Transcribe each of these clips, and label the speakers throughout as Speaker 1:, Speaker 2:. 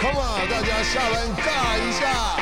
Speaker 1: 大家下班尬一下。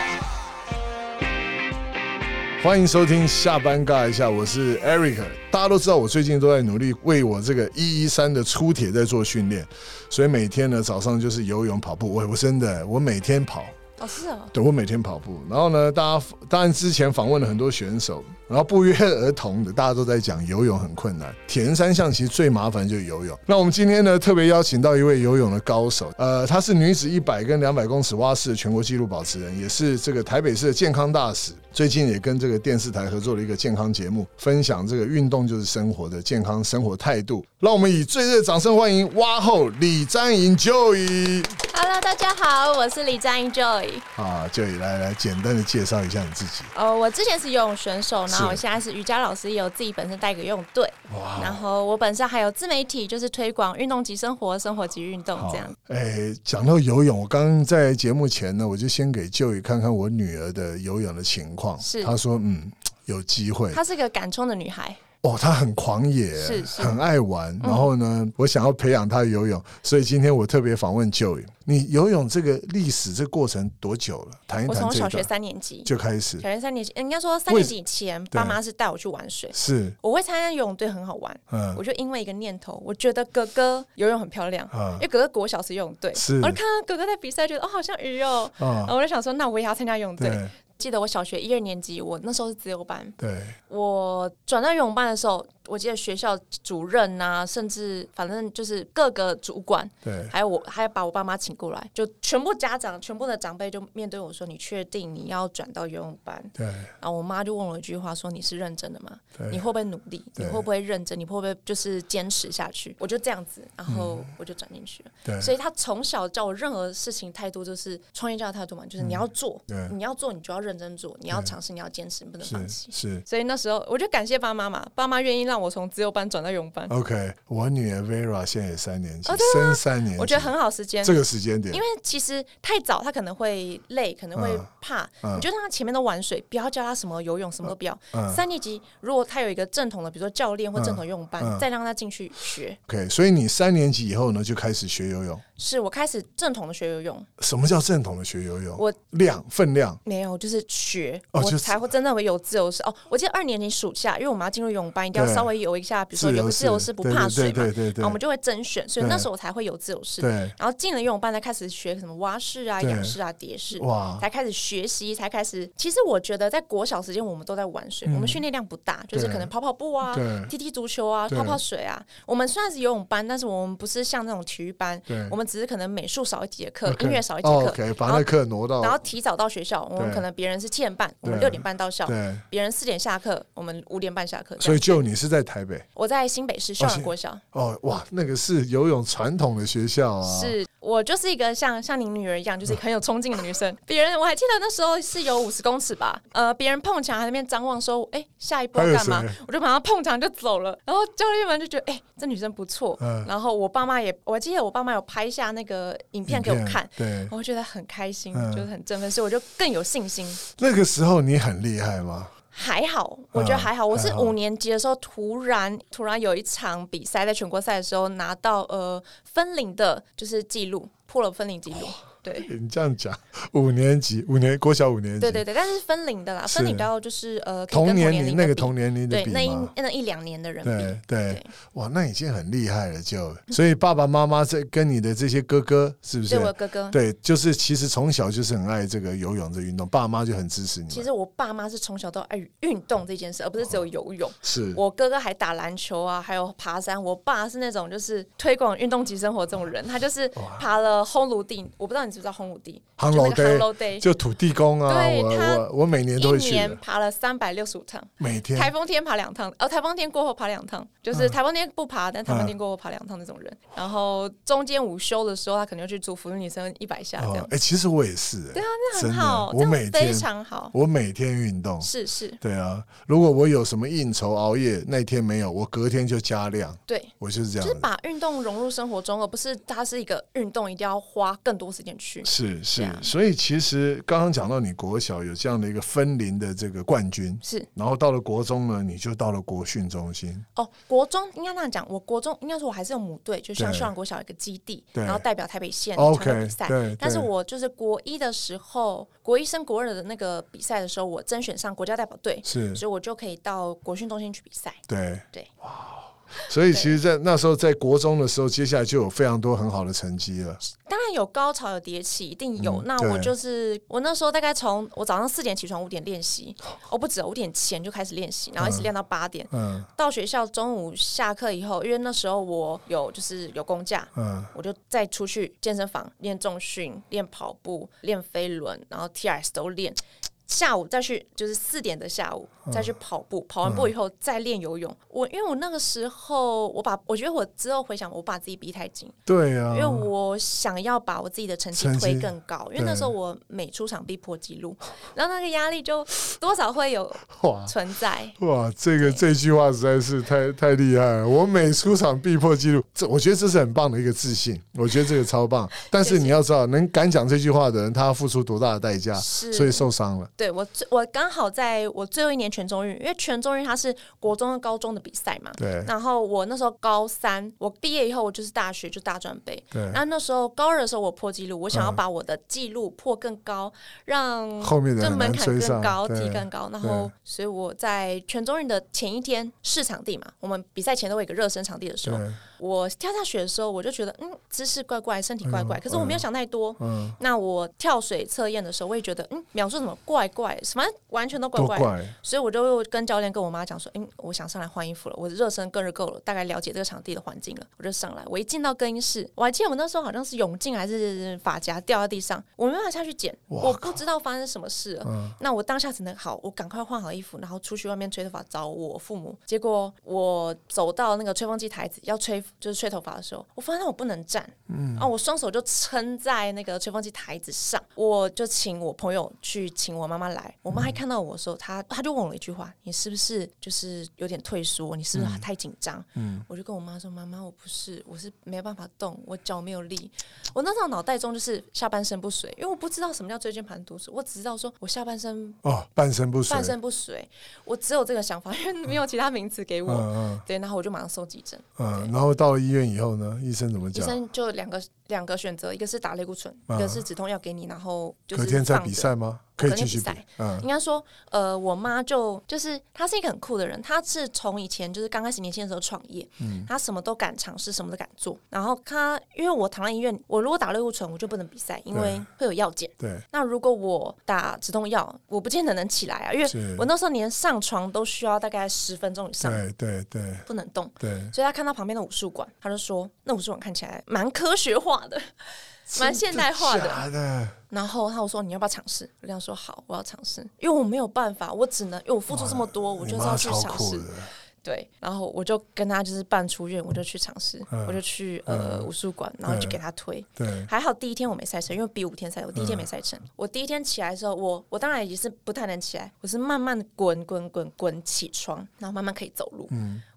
Speaker 1: 欢迎收听下班尬一下，我是 Eric。大家都知道，我最近都在努力为我这个一一三的出铁在做训练，所以每天呢早上就是游泳、跑步。我我真的我每天跑，
Speaker 2: 哦，是哦，
Speaker 1: 对我每天跑步。然后呢，大家当然之前访问了很多选手，然后不约而同的大家都在讲游泳很困难，铁人三项其实最麻烦就是游泳。那我们今天呢特别邀请到一位游泳的高手，呃，她是女子一百跟两百公尺蛙式的全国纪录保持人，也是这个台北市的健康大使。最近也跟这个电视台合作了一个健康节目，分享这个运动就是生活的健康生活态度。让我们以最热的掌声欢迎蛙后李占莹 Joey。
Speaker 2: Hello，大家好，我是李占英 Joy。
Speaker 1: 啊，就以来来简单的介绍一下你自己。
Speaker 2: 呃，我之前是游泳选手，然
Speaker 1: 是
Speaker 2: 后我现在是瑜哦伽老师，也有自己本身带一个游泳队。
Speaker 1: 哇
Speaker 2: 然后我本身还有自媒体，就是推广运动及生活，生活及运动
Speaker 1: 好
Speaker 2: 这样。，
Speaker 1: 哎，讲到游泳，我刚刚在节目前呢，我就先给舅宇看看我女儿的游泳的情况。
Speaker 2: 是
Speaker 1: 她说嗯有机会
Speaker 2: 她是个敢冲的女孩，
Speaker 1: 哦，她很狂野，
Speaker 2: 是是嗯
Speaker 1: 很爱玩。然后呢，我想要培养她游泳，所以今天我特别访问舅宇。你游泳这个历史这过程多久了？谈一
Speaker 2: 我
Speaker 1: 谈
Speaker 2: 从
Speaker 1: 这
Speaker 2: 小学
Speaker 1: 段
Speaker 2: 三年级，
Speaker 1: 就开始
Speaker 2: 小学三年级，呃应该说三
Speaker 1: 为
Speaker 2: 年级以前，爸妈是带我去玩水。
Speaker 1: 是
Speaker 2: 我会参加游泳队很好玩，
Speaker 1: 嗯
Speaker 2: 我就因为一个念头，我觉得哥哥游泳很漂亮，
Speaker 1: 嗯
Speaker 2: 因为哥哥国小是游泳队，
Speaker 1: 是
Speaker 2: 我就看到哥哥在比赛，觉得哦好像鱼哦，然
Speaker 1: 啊，
Speaker 2: 后我就想说，那我也要参加游泳队。
Speaker 1: 对
Speaker 2: 记得我小学一二年级，我那时候是自由班。
Speaker 1: 对
Speaker 2: 我转到游泳班的时候，我记得学校主任啊，甚至反正就是各个主管，
Speaker 1: 对，
Speaker 2: 还有我，还有把我爸妈请过来，就全部家长、全部的长辈就面对我说：“你确定你要转到游泳班
Speaker 1: 对，？”
Speaker 2: 然后我妈就问我一句话说：“你是认真的吗
Speaker 1: 对？
Speaker 2: 你会不会努力？你
Speaker 1: 哎对
Speaker 2: 会不会认真？你会不会就是坚持下去？”我就这样子，然后我就转进去了。
Speaker 1: 对，
Speaker 2: 所以他从小教我任何事情态度就是创业家的态度嘛，就是你要做，
Speaker 1: 嗯对
Speaker 2: 你要做你就要认真做，你要尝试，你要坚持，不能放
Speaker 1: 是
Speaker 2: 弃。
Speaker 1: 是。
Speaker 2: 所以那时候我就感谢爸妈嘛，爸妈愿意让我从自由班转到泳班，
Speaker 1: OK，我女儿 Vera 现在也三年级，
Speaker 2: 哦
Speaker 1: 升三年级，
Speaker 2: 我觉得很好时间
Speaker 1: 这。个时间点
Speaker 2: 因为其实太早，他可能会累，可能会
Speaker 1: 嗯
Speaker 2: 怕。
Speaker 1: 嗯
Speaker 2: 你就让他前面都玩水，不要教他什么游泳，什么都不要。
Speaker 1: 嗯
Speaker 2: 三年级如果他有一个正统的，比如说教练或正统游泳班，
Speaker 1: 嗯嗯
Speaker 2: 再让他进去学。
Speaker 1: OK，所以你三年级以后呢就开始学游泳。
Speaker 2: 是我开始正统的学游泳，
Speaker 1: 什么叫正统的学游泳？
Speaker 2: 我
Speaker 1: 量分量
Speaker 2: 没有，就是学，
Speaker 1: 哦就
Speaker 2: 我
Speaker 1: 是
Speaker 2: 才会真的会有自由式。哦，我记得二年级暑假，因为我们要进入泳班，一定要
Speaker 1: 对
Speaker 2: 稍微游一下，比如说
Speaker 1: 自
Speaker 2: 有
Speaker 1: 由
Speaker 2: 个
Speaker 1: 式
Speaker 2: 自由式不
Speaker 1: 对
Speaker 2: 怕
Speaker 1: 对
Speaker 2: 水嘛，啊
Speaker 1: 对对对对
Speaker 2: 然后我们就会甄选，所以
Speaker 1: 对
Speaker 2: 那时候我才会有自由式。
Speaker 1: 对
Speaker 2: 然后进了游泳班，才开始学什么蛙式啊、
Speaker 1: 对
Speaker 2: 仰式啊、蝶式，
Speaker 1: 哇
Speaker 2: 才开始学习，才开始。其实我觉得在国小时间，我们都在玩水，我们训练量不大，就
Speaker 1: 嗯
Speaker 2: 是
Speaker 1: 对
Speaker 2: 可能跑跑步啊
Speaker 1: 对、
Speaker 2: 踢踢足球啊、
Speaker 1: 对
Speaker 2: 泡泡水啊。我们虽然是游泳班，但是我们不是像那种体育班
Speaker 1: 对，
Speaker 2: 我们只是可能美术少一节课，
Speaker 1: OK
Speaker 2: 音乐少一节
Speaker 1: 哦
Speaker 2: 课，
Speaker 1: OK，把
Speaker 2: 然后
Speaker 1: 那课挪到
Speaker 2: 然后提早到学校，我们
Speaker 1: 哦对
Speaker 2: 可能别人是七点半，我们
Speaker 1: 对
Speaker 2: 六点半到校，
Speaker 1: 对，
Speaker 2: 别人四点下课，我们五点半下课。这
Speaker 1: 所
Speaker 2: 样
Speaker 1: 以就你是在台北
Speaker 2: 我在新北市秀
Speaker 1: 是
Speaker 2: 朗国小，
Speaker 1: 哦，哇，那个是游泳传统的学校啊，
Speaker 2: 是我就是一个像像您女儿一样，就是很有冲劲的 女生。别人我还记得那时候是有五十公尺吧，呃，别人碰墙还在那边张望说，哎、下一步要干嘛
Speaker 1: 还有谁？
Speaker 2: 我就马上碰墙就走了。然后教练们就觉得，哎、这女生不错。
Speaker 1: 嗯
Speaker 2: 然后我爸妈也，我记得我爸妈有拍下那个影片给我看。
Speaker 1: 对，
Speaker 2: 我觉得很开心，
Speaker 1: 嗯
Speaker 2: 就是很振奋，所以我就更有信心。
Speaker 1: 那个时候你很厉害吗？
Speaker 2: 还好，我觉得还好。我是
Speaker 1: 嗯还好
Speaker 2: 五年级的时候，突然突然有一场比赛，在全国赛的时候拿到呃分龄的，就是记录破了分龄记录。
Speaker 1: 哦
Speaker 2: 对
Speaker 1: 你这样讲，五年级，五年国小五年级，
Speaker 2: 对对对，但是分龄的啦，
Speaker 1: 是
Speaker 2: 分龄到就是呃可以
Speaker 1: 同
Speaker 2: 跟
Speaker 1: 年
Speaker 2: 龄
Speaker 1: 龄
Speaker 2: 的
Speaker 1: 那个
Speaker 2: 比
Speaker 1: 同年龄的
Speaker 2: 对
Speaker 1: 比
Speaker 2: 那一
Speaker 1: 吗？
Speaker 2: 那一两年的人比。
Speaker 1: 对对
Speaker 2: 对，
Speaker 1: 哇，那已经很厉害了，就所以爸爸妈妈在跟你的这些哥哥是不是
Speaker 2: 对我？的哥哥，
Speaker 1: 对，就是其实从小就是很爱这个游泳这运动，爸妈就很支持你
Speaker 2: 其
Speaker 1: 们。
Speaker 2: 实我爸妈是从小都爱运动这件事，而不是只有游泳。
Speaker 1: 是，
Speaker 2: 我哥哥还打篮球啊，还有爬山。我爸是那种就是推广运动及生活这种人，他就是爬了烘炉地，我不知道你知不知道烘炉地，
Speaker 1: 航
Speaker 2: 就那
Speaker 1: 楼
Speaker 2: 个航楼
Speaker 1: day
Speaker 2: day，
Speaker 1: 就土地公啊，
Speaker 2: 对
Speaker 1: 我
Speaker 2: 他
Speaker 1: 我我每年都
Speaker 2: 一
Speaker 1: 会去
Speaker 2: 年
Speaker 1: 的，
Speaker 2: 爬了三百六十五趟，
Speaker 1: 每天嗯
Speaker 2: 台风天爬两趟，呃，台风天过后爬两趟，就是台风天不爬，但台风天过后爬两趟那种人。然后中间午休的时候，他可能就去祝福女生一百下这
Speaker 1: 哦
Speaker 2: 样，，
Speaker 1: 哎，其实我也是，哎
Speaker 2: 对啊，那
Speaker 1: 真
Speaker 2: 很
Speaker 1: 的
Speaker 2: 好，
Speaker 1: 我
Speaker 2: 这
Speaker 1: 每
Speaker 2: 样非
Speaker 1: 天
Speaker 2: 常好，
Speaker 1: 我每天运动，
Speaker 2: 是是，
Speaker 1: 对啊，如果我有什么应酬熬夜那天没有，我隔天就加量，
Speaker 2: 对。
Speaker 1: 我就是这
Speaker 2: 就
Speaker 1: 样
Speaker 2: 是
Speaker 1: 的。
Speaker 2: 把运动融入生活中，而不是它是一个运动，一定要花更多时间去。
Speaker 1: 是
Speaker 2: 对
Speaker 1: 是
Speaker 2: 啊，
Speaker 1: 所以其实刚刚讲到你国小有这样的一个分龄的这个冠军，
Speaker 2: 是
Speaker 1: 然后到了国中呢，你就到了国训中心，
Speaker 2: 哦，国中应该那样讲，我国中应该说我还是有母队，就像
Speaker 1: 对
Speaker 2: 秀朗国小有一个基地，
Speaker 1: 对哦
Speaker 2: 然后代表台北县
Speaker 1: OK，
Speaker 2: 参加比赛
Speaker 1: 对。
Speaker 2: 但是
Speaker 1: 对
Speaker 2: 我就是国一的时候，国一升国二的那个比赛的时候，我甄选上国家代表队，
Speaker 1: 是
Speaker 2: 所以我就可以到国训中心去比赛。
Speaker 1: 对
Speaker 2: 对，
Speaker 1: 哇，所以其实在，那时候在国中的时候，接下来就有非常多很好的成绩了，
Speaker 2: 当然有高潮有迭起，一定有。
Speaker 1: 嗯
Speaker 2: 那
Speaker 1: 对
Speaker 2: 我就是我那时候大概从我早上四点起床，五点练习，哦不止，五点前就开始练习，然后一直练到八点。
Speaker 1: 嗯
Speaker 2: 到学校中午下课以后，因为那时候我有就是有公假，
Speaker 1: 嗯，
Speaker 2: 我就再出去健身房练重训、练跑步、练飞轮，然后 TRS 都练。下午再去，就是四点的下午再去跑步，跑完步以后再练游泳。我因为我那个时候，我把我觉得我之后回想，我把自己逼太紧，
Speaker 1: 对
Speaker 2: 因为
Speaker 1: 啊，
Speaker 2: 我想要把我自己的成绩
Speaker 1: 成绩
Speaker 2: 推更高，因为那时候我每出场必破纪录，然后那个压力就多少会有
Speaker 1: 哇。
Speaker 2: 存在。
Speaker 1: 哇，这个
Speaker 2: 对
Speaker 1: 这句话实在是太太厉害了！我每出场必破纪录，这我觉得这是很棒的一个自信，我觉得这个超棒。但是
Speaker 2: 谢谢
Speaker 1: 你要知道，能敢讲这句话的人，他要付出多大的代价，
Speaker 2: 是
Speaker 1: 所以受伤了。
Speaker 2: 对我最我刚好在我最后一年全中运，因为全中运它是国中跟高中的比赛嘛。
Speaker 1: 对
Speaker 2: 然后我那时候高三，我毕业以后我就是大学就大专杯。
Speaker 1: 对，
Speaker 2: 那那时候高二的时候我破纪录，我想要把我的纪录破更高，让
Speaker 1: 嗯后面的人
Speaker 2: 就
Speaker 1: 很
Speaker 2: 门
Speaker 1: 难
Speaker 2: 槛
Speaker 1: 追上
Speaker 2: 更高，
Speaker 1: 对
Speaker 2: 提更高。然后，所以我在全中运的前一天试场地嘛，我们比赛前都会有一个热身场地的时候，
Speaker 1: 对，
Speaker 2: 我跳下雪的时候，我就觉得嗯，姿势怪怪，身体怪怪，
Speaker 1: 哎呦
Speaker 2: 可是我没有想太多。
Speaker 1: 嗯，
Speaker 2: 那我跳水测验的时候，我也觉得，嗯，秒数怎么怪怪，什么完全都怪
Speaker 1: 多
Speaker 2: 怪，
Speaker 1: 怪，
Speaker 2: 所以我就跟教练跟我妈讲说，嗯，我想上来换衣服了，我热身跟着够了，大概了解这个场地的环境了，我就上来。我一进到更衣室，我还记得我那时候好像是泳镜还是发夹掉在地上，我没办法下去捡，
Speaker 1: 哇
Speaker 2: 我
Speaker 1: 靠
Speaker 2: 不知道发生什么事了。
Speaker 1: 嗯
Speaker 2: 那我当下只能好，我赶快换好衣服，然后出去外面吹头发找我父母。结果我走到那个吹风机台子要吹，就是吹头发的时候，我发现我不能站，嗯，啊，我双手就撑在那个吹风机台子上，我就请我朋友去请我妈妈来。我妈还看到我的时候，她她就问我一句话：“你是不是就是有点退缩？你是不是太紧张？”嗯，我就跟我妈说：“妈妈，我不是，我是没有办法动，我脚没有力。”我那时候脑袋中就是下半身不遂，因为我不知道什么叫椎间盘突出，我只知道说我下半身
Speaker 1: 哦，半身不遂，
Speaker 2: 半身不遂，我只有这个想法，因为没有其他名词给
Speaker 1: 嗯
Speaker 2: 我。对，然后我就马上送急诊，
Speaker 1: 嗯嗯，然后到了医院以后呢，医生怎么
Speaker 2: 医
Speaker 1: 讲？
Speaker 2: 生就两个两个选择，一个是打类固醇，
Speaker 1: 嗯
Speaker 2: 一个是止痛药给你，然后就是
Speaker 1: 隔天再
Speaker 2: 放
Speaker 1: 比
Speaker 2: 着
Speaker 1: 赛吗？可以
Speaker 2: 隔天
Speaker 1: 继续
Speaker 2: 比赛
Speaker 1: 嗯
Speaker 2: 应该说，呃，我妈就就是她是一个很酷的人，她是从以前就是刚开始年轻的时候创业，
Speaker 1: 嗯
Speaker 2: 她什么都敢尝试，什么都敢做。然后她因为我躺在医院，我如果打类固醇，我就不能比赛，因为会有药检。
Speaker 1: 对，
Speaker 2: 那如果我打止痛药，我不见得能起来啊，因为
Speaker 1: 是
Speaker 2: 我那时候连上床都需要大概十分钟以上，
Speaker 1: 对对对
Speaker 2: 不能动。
Speaker 1: 对，
Speaker 2: 所以他看到旁边的武术馆，他就说：“那武术馆看起来蛮科学化 的，蛮现代化
Speaker 1: 真
Speaker 2: 的。
Speaker 1: 假的，
Speaker 2: 然后他说：“你要不要尝试？”我这样说：“好，我要尝试，因为我没有办法，我只能因为我付出这么多，我
Speaker 1: 你
Speaker 2: 就是要
Speaker 1: 妈
Speaker 2: 去
Speaker 1: 超
Speaker 2: 尝
Speaker 1: 酷
Speaker 2: 试。
Speaker 1: 的，”
Speaker 2: 对，然后我就跟他就是办出院，我就去尝试，
Speaker 1: 嗯
Speaker 2: 我就去呃武术馆，然后就给他推。
Speaker 1: 对嗯
Speaker 2: 还好第一天我没赛成，因为比五天赛，我第一天没赛成。我第一天起来的时候，我我当然也是不太能起来，我是慢慢地滚滚滚滚起床，然后慢慢可以走路。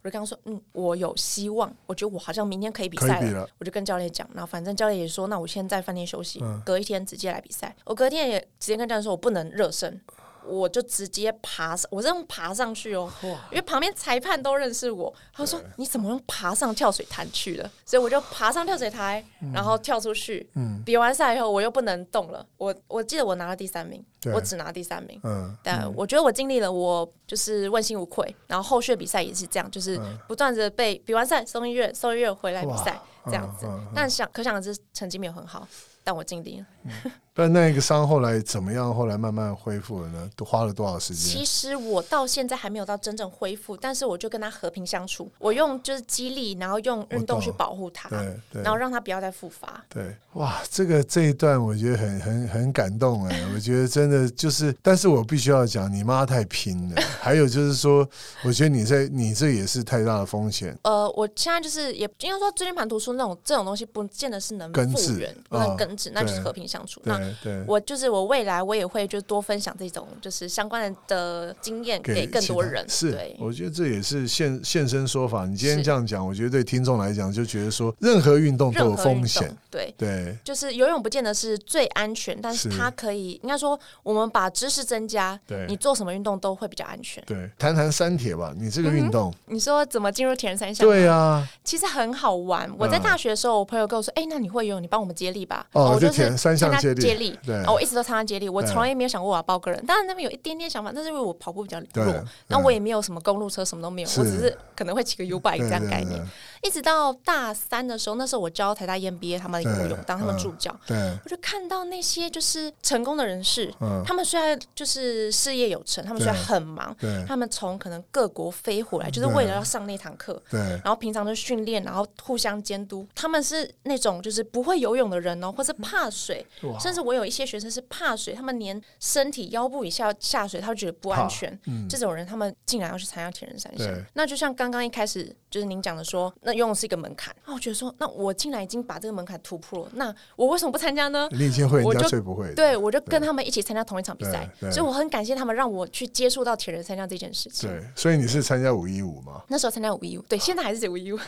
Speaker 2: 我就跟他说，嗯，我有希望，我觉得我好像明天可以比赛
Speaker 1: 可以
Speaker 2: 了。
Speaker 1: 比了
Speaker 2: 我就跟教练讲，然后反正教练也说，那我先在饭店休息，
Speaker 1: 嗯
Speaker 2: 隔一天直接来比赛。我隔天也直接跟教练说，我不能热身。我就直接爬上，我是用爬上去哦，因为旁边裁判都认识我。他说：“你怎么用爬上跳水台去了？”所以我就爬上跳水台，
Speaker 1: 嗯
Speaker 2: 然后跳出去。比完赛以后，我又不能动了。我我记得我拿了第三名
Speaker 1: 对，
Speaker 2: 我只拿第三名。
Speaker 1: 嗯，
Speaker 2: 但我觉得我经历了，我就是问心无愧。然后后续的比赛也是这样，就是
Speaker 1: 嗯
Speaker 2: 不断的被比完赛送医院，送医院回来比赛
Speaker 1: 哇
Speaker 2: 这样子
Speaker 1: 嗯嗯嗯。
Speaker 2: 但想可想而知，成绩没有很好，但我尽力了。
Speaker 1: 但那个伤后来怎么样？后来慢慢恢复了呢？都花了多少时间
Speaker 2: 其？实我到现在还没有到真正恢复，但是我就跟他和平相处，我用就是激励，然后用运动去保护他，
Speaker 1: 对对
Speaker 2: 然后让他不要再复发。
Speaker 1: 对，哇，这个这一段我觉得很很很感动 哎，我觉得真的就是，但是我必须要讲，你妈太拼 了，还有就是说，我觉得你在你这也是太大的风险，
Speaker 2: 呃，我现在就是也应该说椎间盘突出说那种这种东西不见得是能
Speaker 1: 根治
Speaker 2: 复原、不能
Speaker 1: 啊
Speaker 2: 根治，那就是
Speaker 1: 对
Speaker 2: 和平相处。那
Speaker 1: 对对，
Speaker 2: 我就是我未来我也会就多分享这种就是相关的经验给更
Speaker 1: 其
Speaker 2: 多
Speaker 1: 他
Speaker 2: 人。
Speaker 1: 是
Speaker 2: 对，
Speaker 1: 我觉得这也是现现身说法。你今天
Speaker 2: 是
Speaker 1: 这样讲，我觉得对听众来讲，就觉得说任何运动都
Speaker 2: 任
Speaker 1: 有
Speaker 2: 何运
Speaker 1: 风
Speaker 2: 动
Speaker 1: 险，
Speaker 2: 对。
Speaker 1: 对
Speaker 2: 就是游泳不见得是最安全，但是
Speaker 1: 是
Speaker 2: 它可以应该说，我们把知识增加，
Speaker 1: 对
Speaker 2: 你做什么运动都会比较安全。
Speaker 1: 对。谈谈三铁吧，你这个运动，
Speaker 2: 你说怎么进入铁人三项？
Speaker 1: 对啊，
Speaker 2: 其实很好玩。我在
Speaker 1: 嗯
Speaker 2: 大学的时候，我朋友跟我说：“哎、那你会游泳，你帮我们接力吧。”
Speaker 1: 哦
Speaker 2: 我
Speaker 1: 就
Speaker 2: 就是
Speaker 1: 田三项
Speaker 2: 参加
Speaker 1: 接力
Speaker 2: 接力。
Speaker 1: 对
Speaker 2: 然后我一直都参加接力，我
Speaker 1: 对
Speaker 2: 从来没有想过我要报个人。当然那边有一点点想法，但是因为我跑步比较
Speaker 1: 对
Speaker 2: 弱，那我也没有什么公路车，什么都没有，
Speaker 1: 是
Speaker 2: 我只是可能会骑个 U bike
Speaker 1: 对
Speaker 2: 哎这样概
Speaker 1: 对
Speaker 2: 念。一直到大三的时候，那时候我教台大 EMBA 他们游
Speaker 1: 对
Speaker 2: 泳，当他们
Speaker 1: 嗯
Speaker 2: 助教。
Speaker 1: 对对，
Speaker 2: 我就看到那些就是成功的人士，
Speaker 1: 嗯
Speaker 2: 他们虽然就是事业有成，他们虽然
Speaker 1: 对
Speaker 2: 很忙，
Speaker 1: 对
Speaker 2: 他们从可能各国飞回来，就是
Speaker 1: 嗯对
Speaker 2: 为了要上那堂课，
Speaker 1: 对
Speaker 2: 然后平常就训练，然后互相监督。他们是那种就是不会游泳的人哦，或是怕水，
Speaker 1: 哇
Speaker 2: 甚至我有一些学生是怕水，他们连身体腰部以下下水，他会觉得不安全。这种人他们竟然要去参加铁人三项
Speaker 1: 嗯对，
Speaker 2: 那就像刚刚一开始就是您讲的说，那游泳是一个门槛。啊那我觉得说，那我竟然已经把这个门槛突破了，那我为什么不参加呢？
Speaker 1: 你已经会，人
Speaker 2: 我
Speaker 1: 家
Speaker 2: 就
Speaker 1: 最不会的，
Speaker 2: 对，我就跟他们一起参加同一场比赛，
Speaker 1: 对对
Speaker 2: 所以我很感谢他们让我去接触到铁人三项这件事情。
Speaker 1: 对，所以你是参加五一五吗？
Speaker 2: 那时候参加五
Speaker 1: 哦
Speaker 2: 一五，对，现在还是五一 五。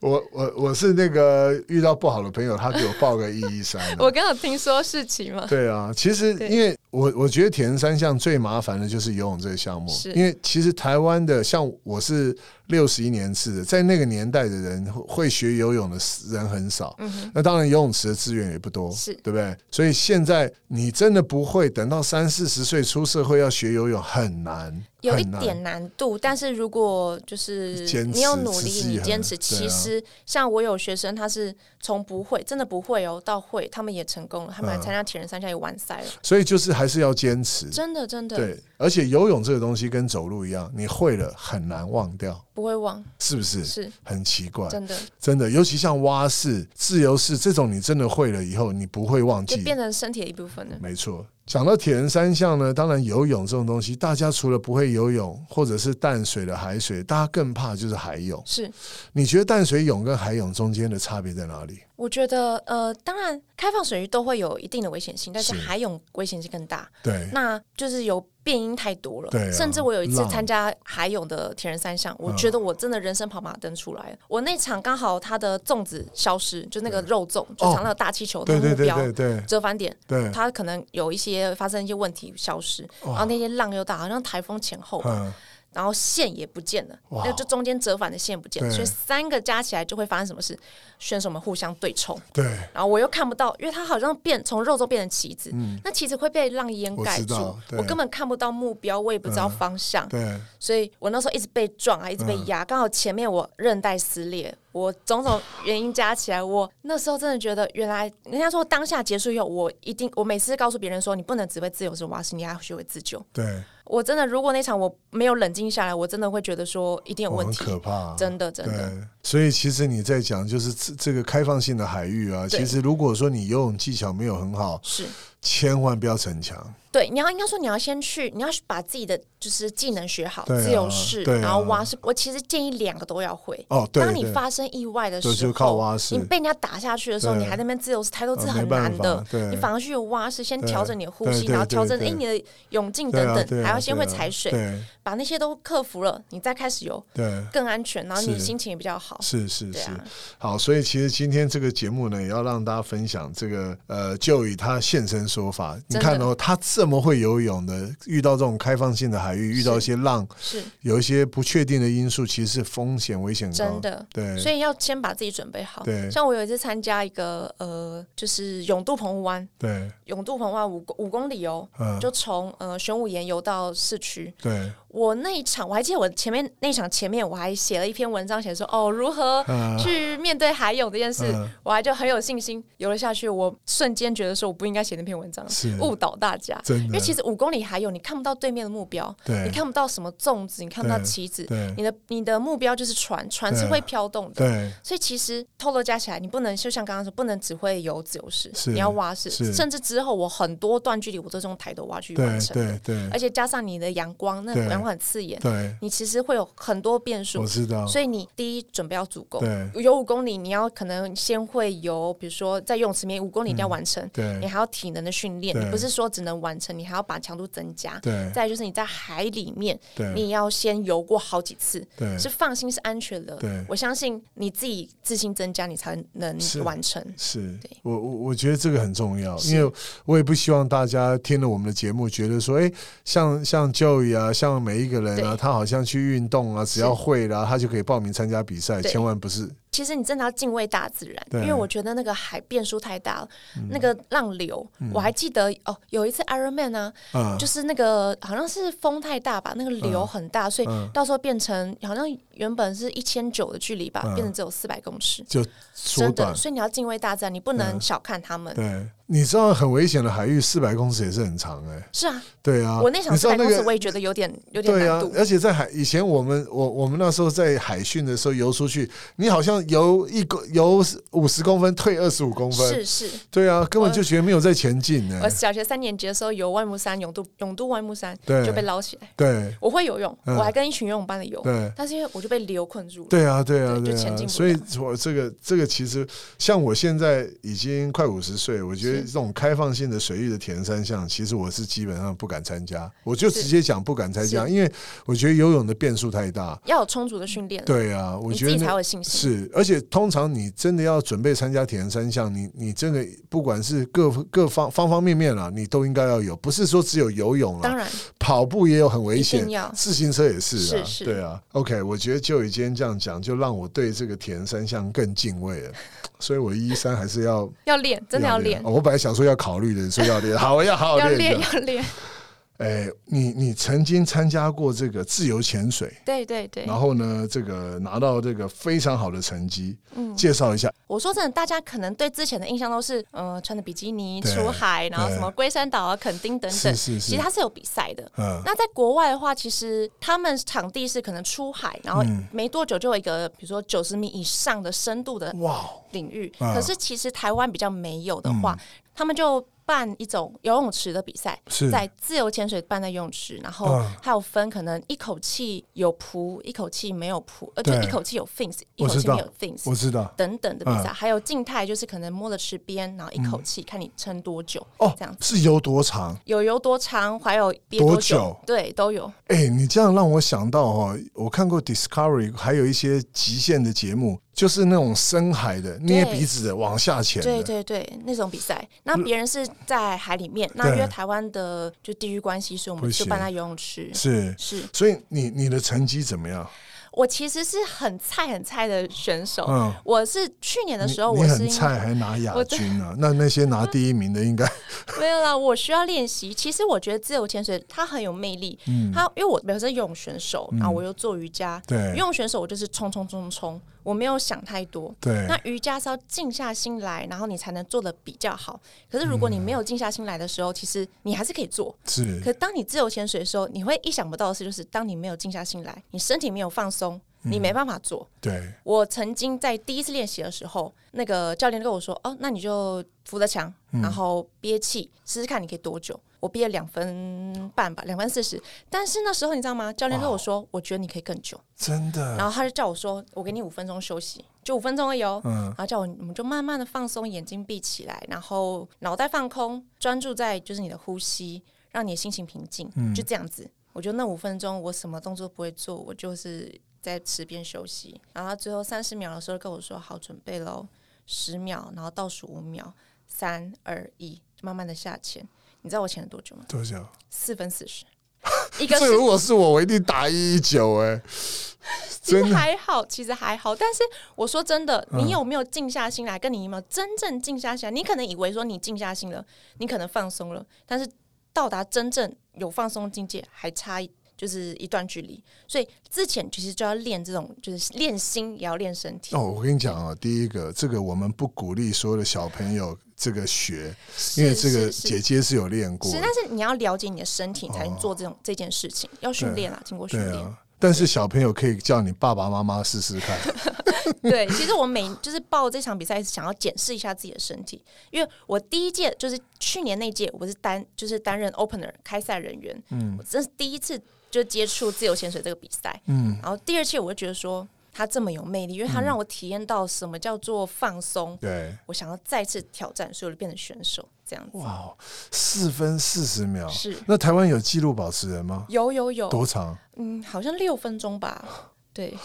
Speaker 1: 我我我是那个遇到不好的朋友，他给我报个一一三，啊
Speaker 2: 我刚有听说事情嘛，
Speaker 1: 对啊，其实
Speaker 2: 对
Speaker 1: 因为我我觉得铁人三项最麻烦的就是游泳这个项目
Speaker 2: 是，
Speaker 1: 因为其实台湾的像我是六十一年次的，在那个年代的人会会学游泳的人很少，那当然游泳池的资源也不多，
Speaker 2: 嗯是
Speaker 1: 对不对？所以现在你真的不会，等到三四十岁出社会要学游泳很难，
Speaker 2: 有一
Speaker 1: 很难
Speaker 2: 点难度，但是如果就是
Speaker 1: 坚持
Speaker 2: 你有努力
Speaker 1: 持，之以
Speaker 2: 你
Speaker 1: 恒
Speaker 2: 坚持，
Speaker 1: 对啊
Speaker 2: 其实像我有学生，他是从不会，真的不会哦，到会，他们也成功了，他们来参加铁人三项也完赛了，
Speaker 1: 所以嗯就是还是要坚持。
Speaker 2: 真的真的
Speaker 1: 对，而且游泳这个东西跟走路一样，你会了很难忘掉，
Speaker 2: 不会忘，
Speaker 1: 是不是？
Speaker 2: 是
Speaker 1: 很奇怪。
Speaker 2: 真的，
Speaker 1: 真的，尤其像蛙式、自由式这种，你真的会了以后，你不会忘
Speaker 2: 就
Speaker 1: 记。
Speaker 2: 变成身体的一部分了。
Speaker 1: 没错。讲到铁人三项呢，当然游泳这种东西，大家除了不会游泳，或者是淡水的海水，大家更怕就是海泳。
Speaker 2: 是，
Speaker 1: 你觉得淡水泳跟海泳中间的差别在哪里？
Speaker 2: 我觉得呃，当然开放水域都会有一定的危险性，但是
Speaker 1: 是
Speaker 2: 海泳危险性更大。
Speaker 1: 对，
Speaker 2: 那就是有变音太多了，
Speaker 1: 对啊
Speaker 2: 甚至我有一次
Speaker 1: 浪嗯
Speaker 2: 参加海泳的铁人三项，我觉得我真的人生跑马灯出来了。我那场刚好他的粽子消失，就那个肉粽，就
Speaker 1: 哦
Speaker 2: 常那个大气球的
Speaker 1: 对
Speaker 2: 目
Speaker 1: 对对
Speaker 2: 标
Speaker 1: 对对
Speaker 2: 折返点，
Speaker 1: 对，
Speaker 2: 它可能有一些发生一些问题消失，然后那些浪又大，好像台风前后吧，
Speaker 1: 嗯，
Speaker 2: 然后线也不见了，
Speaker 1: 哇
Speaker 2: 那就中间折返的线不见，
Speaker 1: 对
Speaker 2: 所以三个加起来就会发生什么事？选手们互相对冲。
Speaker 1: 对，
Speaker 2: 然后我又看不到，因为它好像变从肉粽变成旗子，那旗子会被浪淹盖
Speaker 1: 嗯我知
Speaker 2: 住
Speaker 1: 道，
Speaker 2: 我
Speaker 1: 对
Speaker 2: 根本看不到目标，我也不知道方向，
Speaker 1: 对，嗯
Speaker 2: 所以我那时候一直被撞啊，一直被压，刚好前面我韧带撕裂，我种种原因加起来，我那时候真的觉得，原来人家说当下结束以后，我一定，我每次告诉别人说，你不能只会自由式蛙式，你还要学会自救。
Speaker 1: 对，
Speaker 2: 我真的，如果那场我没有冷静下来，我真的会觉得说一定有
Speaker 1: 我
Speaker 2: 问
Speaker 1: 很
Speaker 2: 题，
Speaker 1: 可怕啊、
Speaker 2: 真的真的
Speaker 1: 对，所以其实你在讲就是这这个开放性的海域啊，
Speaker 2: 对
Speaker 1: 其实如果说你游泳技巧没有很好，
Speaker 2: 是。
Speaker 1: 千万不要逞强。
Speaker 2: 对，你要应该说你要先去，你要把自己的就是技能学好，
Speaker 1: 对啊
Speaker 2: 自由式，
Speaker 1: 对啊
Speaker 2: 然后蛙式。我其实建议两个都要会。
Speaker 1: 哦，对，
Speaker 2: 当你
Speaker 1: 对
Speaker 2: 发生意外的时
Speaker 1: 对
Speaker 2: 候，
Speaker 1: 就靠蛙式
Speaker 2: 你被人家打下去的时候，
Speaker 1: 对
Speaker 2: 你还在那边自由式，抬头是
Speaker 1: 呃
Speaker 2: 很
Speaker 1: 没办
Speaker 2: 难的
Speaker 1: 法对。
Speaker 2: 你反而去有蛙式，先
Speaker 1: 对
Speaker 2: 调整你的呼
Speaker 1: 对
Speaker 2: 吸，
Speaker 1: 对
Speaker 2: 然后
Speaker 1: 对
Speaker 2: 调整
Speaker 1: 对
Speaker 2: 哎你的泳镜
Speaker 1: 对
Speaker 2: 等
Speaker 1: 啊对
Speaker 2: 等，
Speaker 1: 啊
Speaker 2: 还要先
Speaker 1: 对啊
Speaker 2: 会踩水，
Speaker 1: 对
Speaker 2: 把那些都克服了，你再开始游
Speaker 1: 对，
Speaker 2: 更安全，然后你
Speaker 1: 是
Speaker 2: 心情也比较好。
Speaker 1: 是是
Speaker 2: 对
Speaker 1: 是
Speaker 2: 啊，
Speaker 1: 好，所以其实今天这个节目呢，也要让大家分享这个呃，就以他现身说法，你
Speaker 2: 真的
Speaker 1: 看哦，他这么会游泳的，遇到这种开放性的海域，遇到一些浪，
Speaker 2: 是
Speaker 1: 有一些不确定的因素，其实是风险危险高，
Speaker 2: 真的。
Speaker 1: 对，
Speaker 2: 所以要先把自己准备好
Speaker 1: 对。
Speaker 2: 像我有一次参加一个呃，就是泳渡澎湖湾，
Speaker 1: 对，
Speaker 2: 泳渡澎湾五公五公里哦，
Speaker 1: 嗯，
Speaker 2: 就从呃玄武岩游到市区。
Speaker 1: 对，
Speaker 2: 我那一场我还记得，我前面那一场前面我还写了一篇文章，写说哦如何
Speaker 1: 嗯
Speaker 2: 去面对海泳这件事，
Speaker 1: 嗯
Speaker 2: 我还就很有信心游了下去。我瞬间觉得说我不应该写那篇文章
Speaker 1: 是，
Speaker 2: 误导大家。
Speaker 1: 真的，
Speaker 2: 因为其实五公里海泳，你看不到对面的目标，
Speaker 1: 对
Speaker 2: 你看不到什么粽子，你看不到
Speaker 1: 对
Speaker 2: 旗子，
Speaker 1: 对
Speaker 2: 你的你的目标就是船，船是
Speaker 1: 对
Speaker 2: 会飘动的。
Speaker 1: 对
Speaker 2: 所以其实透露加起来，你不能就像刚刚说，不能只会游自由式，
Speaker 1: 是
Speaker 2: 你要蛙式，
Speaker 1: 是
Speaker 2: 甚至之后我很多段距离我都是用抬头蛙去完
Speaker 1: 对
Speaker 2: 成。
Speaker 1: 对对
Speaker 2: 而且加上你的阳光，那
Speaker 1: 对
Speaker 2: 阳讲话很刺眼，
Speaker 1: 对，
Speaker 2: 你其实会有很多变数
Speaker 1: 我。知道，
Speaker 2: 所以你第一准备要足够，
Speaker 1: 对
Speaker 2: 游五公里你要可能先会游，比如说在游泳池里面五公里一定要完成，你
Speaker 1: 嗯对
Speaker 2: 还要体能的训练，
Speaker 1: 对
Speaker 2: 你不是说只能完成，你还要把强度增加。
Speaker 1: 对
Speaker 2: 再来就是你在海里面，
Speaker 1: 对
Speaker 2: 你要先游过好几次，
Speaker 1: 对，
Speaker 2: 是放心是安全的
Speaker 1: 对。
Speaker 2: 我相信你自己自信增加，你才能
Speaker 1: 是
Speaker 2: 完成。
Speaker 1: 是
Speaker 2: 对
Speaker 1: 我我我觉得这个很重要，
Speaker 2: 是
Speaker 1: 因为我也不希望大家听了我们的节目，觉得说，哎，像像 Joey 啊，像每一个人啊，
Speaker 2: 对
Speaker 1: 他好像去运动啊，只要会啦、他就可以报名参加比赛，
Speaker 2: 对
Speaker 1: 千万不是，
Speaker 2: 其实你真的要敬畏大自然，
Speaker 1: 对嗯
Speaker 2: 因为我觉得那个海变数太大了，那个浪流，我还记得哦，有一次 Iron Man 啊，
Speaker 1: 啊，
Speaker 2: 就是那个好像是风太大吧，那个流很大，所以
Speaker 1: 嗯
Speaker 2: 到时候变成好像原本是一千九的距离吧，
Speaker 1: 嗯
Speaker 2: 变成只有四百公尺，
Speaker 1: 就缩
Speaker 2: 真
Speaker 1: 短
Speaker 2: 的，。所以你要敬畏大自然，你不能
Speaker 1: 嗯
Speaker 2: 小看他们。
Speaker 1: 对，你知道很危险的海域，四百公尺也是很长哎、
Speaker 2: 是啊，
Speaker 1: 对啊，
Speaker 2: 我那
Speaker 1: 你
Speaker 2: 场
Speaker 1: 知
Speaker 2: 四
Speaker 1: 道
Speaker 2: 百
Speaker 1: 那
Speaker 2: 公尺
Speaker 1: 个
Speaker 2: 我也觉得有点有点
Speaker 1: 对
Speaker 2: 难
Speaker 1: 啊
Speaker 2: 度，，
Speaker 1: 而且在海以前我们我我们那时候在海训的时候游出去，你好像游一公游五十公分退二十五公分，
Speaker 2: 是是。
Speaker 1: 对啊，根本就觉得没有在前进呢、
Speaker 2: 我小学三年级的时候游万木山泳渡，泳渡万木山
Speaker 1: 对
Speaker 2: 就被捞起来。
Speaker 1: 对
Speaker 2: 我会游泳，
Speaker 1: 嗯
Speaker 2: 我还跟一群游泳班的游，
Speaker 1: 对
Speaker 2: 但是因为我就被流困住了。
Speaker 1: 对啊对啊
Speaker 2: 对就
Speaker 1: 对
Speaker 2: 前进
Speaker 1: 啊，
Speaker 2: 不
Speaker 1: 所以
Speaker 2: 了
Speaker 1: 我这个这个其实像我现在已经快五十岁，我觉得
Speaker 2: 是
Speaker 1: 这种开放性的水域的田三项，其实我是基本上不敢参加，我就是直接讲不敢参加，因为我觉得游泳的变数太大。
Speaker 2: 要有充足的训练，
Speaker 1: 对啊，我
Speaker 2: 你
Speaker 1: 觉
Speaker 2: 自
Speaker 1: 得
Speaker 2: 己
Speaker 1: 那
Speaker 2: 才有信心。
Speaker 1: 是，而且通常你真的要准备参加铁人三项，你你这个不管是各各方方方面面啦、你都应该要有，不是说只有游泳
Speaker 2: 当
Speaker 1: 啦，
Speaker 2: 然，
Speaker 1: 跑步也有很危
Speaker 2: 一
Speaker 1: 险
Speaker 2: 定，要
Speaker 1: 自行车也是啊，
Speaker 2: 是是
Speaker 1: 对啊。OK，我觉得就以今天这样讲，就让我对这个铁人三项更敬畏了，所以我一三还是要
Speaker 2: 要练， 真的要练，
Speaker 1: 哦我本来想说要考虑的，说要 练，好，我要好好
Speaker 2: 要
Speaker 1: 练。
Speaker 2: 练，
Speaker 1: 这样
Speaker 2: 要 练。
Speaker 1: 哎，你你曾经参加过这个自由潜水？
Speaker 2: 对对对，
Speaker 1: 然后呢，这个拿到这个非常好的成绩，
Speaker 2: 嗯
Speaker 1: 介绍一下
Speaker 2: 我说真的，大家可能对之前的印象都是，呃，穿着比基尼
Speaker 1: 对
Speaker 2: 出海，然后
Speaker 1: 对
Speaker 2: 什么龟山岛啊、垦丁等等。
Speaker 1: 是是是
Speaker 2: 其实它是有比赛的。
Speaker 1: 嗯
Speaker 2: 那在国外的话，其实他们场地是可能出海，然后
Speaker 1: 嗯
Speaker 2: 没多久就有一个，比如说九十米以上的深度的
Speaker 1: 哇哦，
Speaker 2: 领域。
Speaker 1: 嗯
Speaker 2: 可是其实台湾比较没有的话，他们就办一种游泳池的比赛，
Speaker 1: 是
Speaker 2: 在自由潜水办在游泳池，然后
Speaker 1: 嗯
Speaker 2: 还有分可能一口气有扑，一口气没有扑，呃，就
Speaker 1: 对
Speaker 2: 一口气有 fins，一
Speaker 1: 我
Speaker 2: 口
Speaker 1: 知
Speaker 2: 气
Speaker 1: 道
Speaker 2: 没有 fins
Speaker 1: 我知道嗯
Speaker 2: 等等的比赛，还有静态就是可能摸了池边，然后一口气看你撑多久，
Speaker 1: 哦
Speaker 2: 这样，子。
Speaker 1: 是游多长？
Speaker 2: 有游多长，还有憋
Speaker 1: 多
Speaker 2: 久，
Speaker 1: 久
Speaker 2: 对，都有。
Speaker 1: 哎、你这样让我想到哦，我看过 Discovery，还有一些极限的节目，就是那种深海的，捏鼻子的，往下潜的，
Speaker 2: 对对对，那种比赛，那别人是在海里面，那
Speaker 1: 嗯对
Speaker 2: 因为台湾的就地域关系，所以我
Speaker 1: 不
Speaker 2: 们就
Speaker 1: 行
Speaker 2: 办在游泳池。
Speaker 1: 是。
Speaker 2: 是
Speaker 1: 所以你你的成绩怎么样？
Speaker 2: 我其实是很菜很菜的选手，
Speaker 1: 嗯
Speaker 2: 我是去年的
Speaker 1: 你
Speaker 2: 时候
Speaker 1: 你
Speaker 2: 我是
Speaker 1: 很
Speaker 2: 因为
Speaker 1: 菜，还拿亚
Speaker 2: 我
Speaker 1: 军啊？那那些拿第一名的应 该
Speaker 2: 没有啦，我需要练习。其实我觉得自由潜水它很有魅力，它因为我本身游泳选手，然后我又做瑜伽，
Speaker 1: 嗯对
Speaker 2: 游泳选手我就是冲冲冲冲，我没有想太多。
Speaker 1: 对
Speaker 2: 那瑜伽是要静下心来，然后你才能做的比较好。可是如
Speaker 1: 嗯
Speaker 2: 果你没有静下心来的时候，其实你还是可以做，
Speaker 1: 是
Speaker 2: 可当你自由潜水的时候，你会意想不到的事就是，当你没有静下心来，你身体没有放松，
Speaker 1: 嗯
Speaker 2: 你没办法做。
Speaker 1: 对
Speaker 2: 我曾经在第一次练习的时候，那个教练跟我说：“哦，那你就扶着墙，然后憋气，试试看你可以多久。”我憋了两分半吧，两分四十。但是那时候你知道吗？教练跟我说：“我觉得你可以更久。”
Speaker 1: 真的
Speaker 2: 然后他就叫我说：“我给你五分钟休息，就五分钟而已哦。
Speaker 1: 嗯
Speaker 2: 然后叫我，我们就慢慢的放松，眼睛闭起来，然后脑袋放空，专注在就是你的呼吸，让你的心情平静，就这样子。我觉得那五分钟我什么动作都不会做，我就是在池边休息。然后他最后三十秒的时候跟我说：“好，准备喽，十秒，然后倒数五秒，三二一，就慢慢的下潜。”你知道我潜了多久吗？
Speaker 1: 多久？
Speaker 2: 四分四十，一 个
Speaker 1: 这
Speaker 2: 是
Speaker 1: 如果是我，我一定打一一九 哎，
Speaker 2: 其实
Speaker 1: 真的
Speaker 2: 还好，其实还好。但是我说真的，你有没有静下心来？跟你有没有真正静下心来？你可能以为说你静下心了，你可能放松了，但是到达真正有放松境界还差一就是一段距离。所以之前其实就要练这种，就是练心也要练身体。
Speaker 1: 哦，我跟你讲哦，第一个，这个我们不鼓励所有的小朋友这个学，
Speaker 2: 是
Speaker 1: 因为这个
Speaker 2: 是是
Speaker 1: 姐姐是有练过
Speaker 2: 是，
Speaker 1: 的，
Speaker 2: 但是你要了解你的身体，你才能做这种、这件事情，要训练啊，经过训
Speaker 1: 对
Speaker 2: 练。
Speaker 1: 啊。但是小朋友可以叫你爸爸妈妈试试看，
Speaker 2: 对，其实我每就是报这场比赛，想要检视一下自己的身体，因为我第一届就是去年那届，我是担就是担任 opener 开赛人员，嗯，我这是第一次就接触自由潜水这个比赛。
Speaker 1: 嗯，
Speaker 2: 然后第二届我就觉得说他这么有魅力，因为他让我体验到什么叫做放松，
Speaker 1: 对，
Speaker 2: 我想要再次挑战，所以我就变成选手这样子。
Speaker 1: 哇，四分四十秒，
Speaker 2: 是
Speaker 1: 那台湾有纪录保持人吗？
Speaker 2: 有有有，
Speaker 1: 多长？
Speaker 2: 嗯，好像六分钟吧。 对，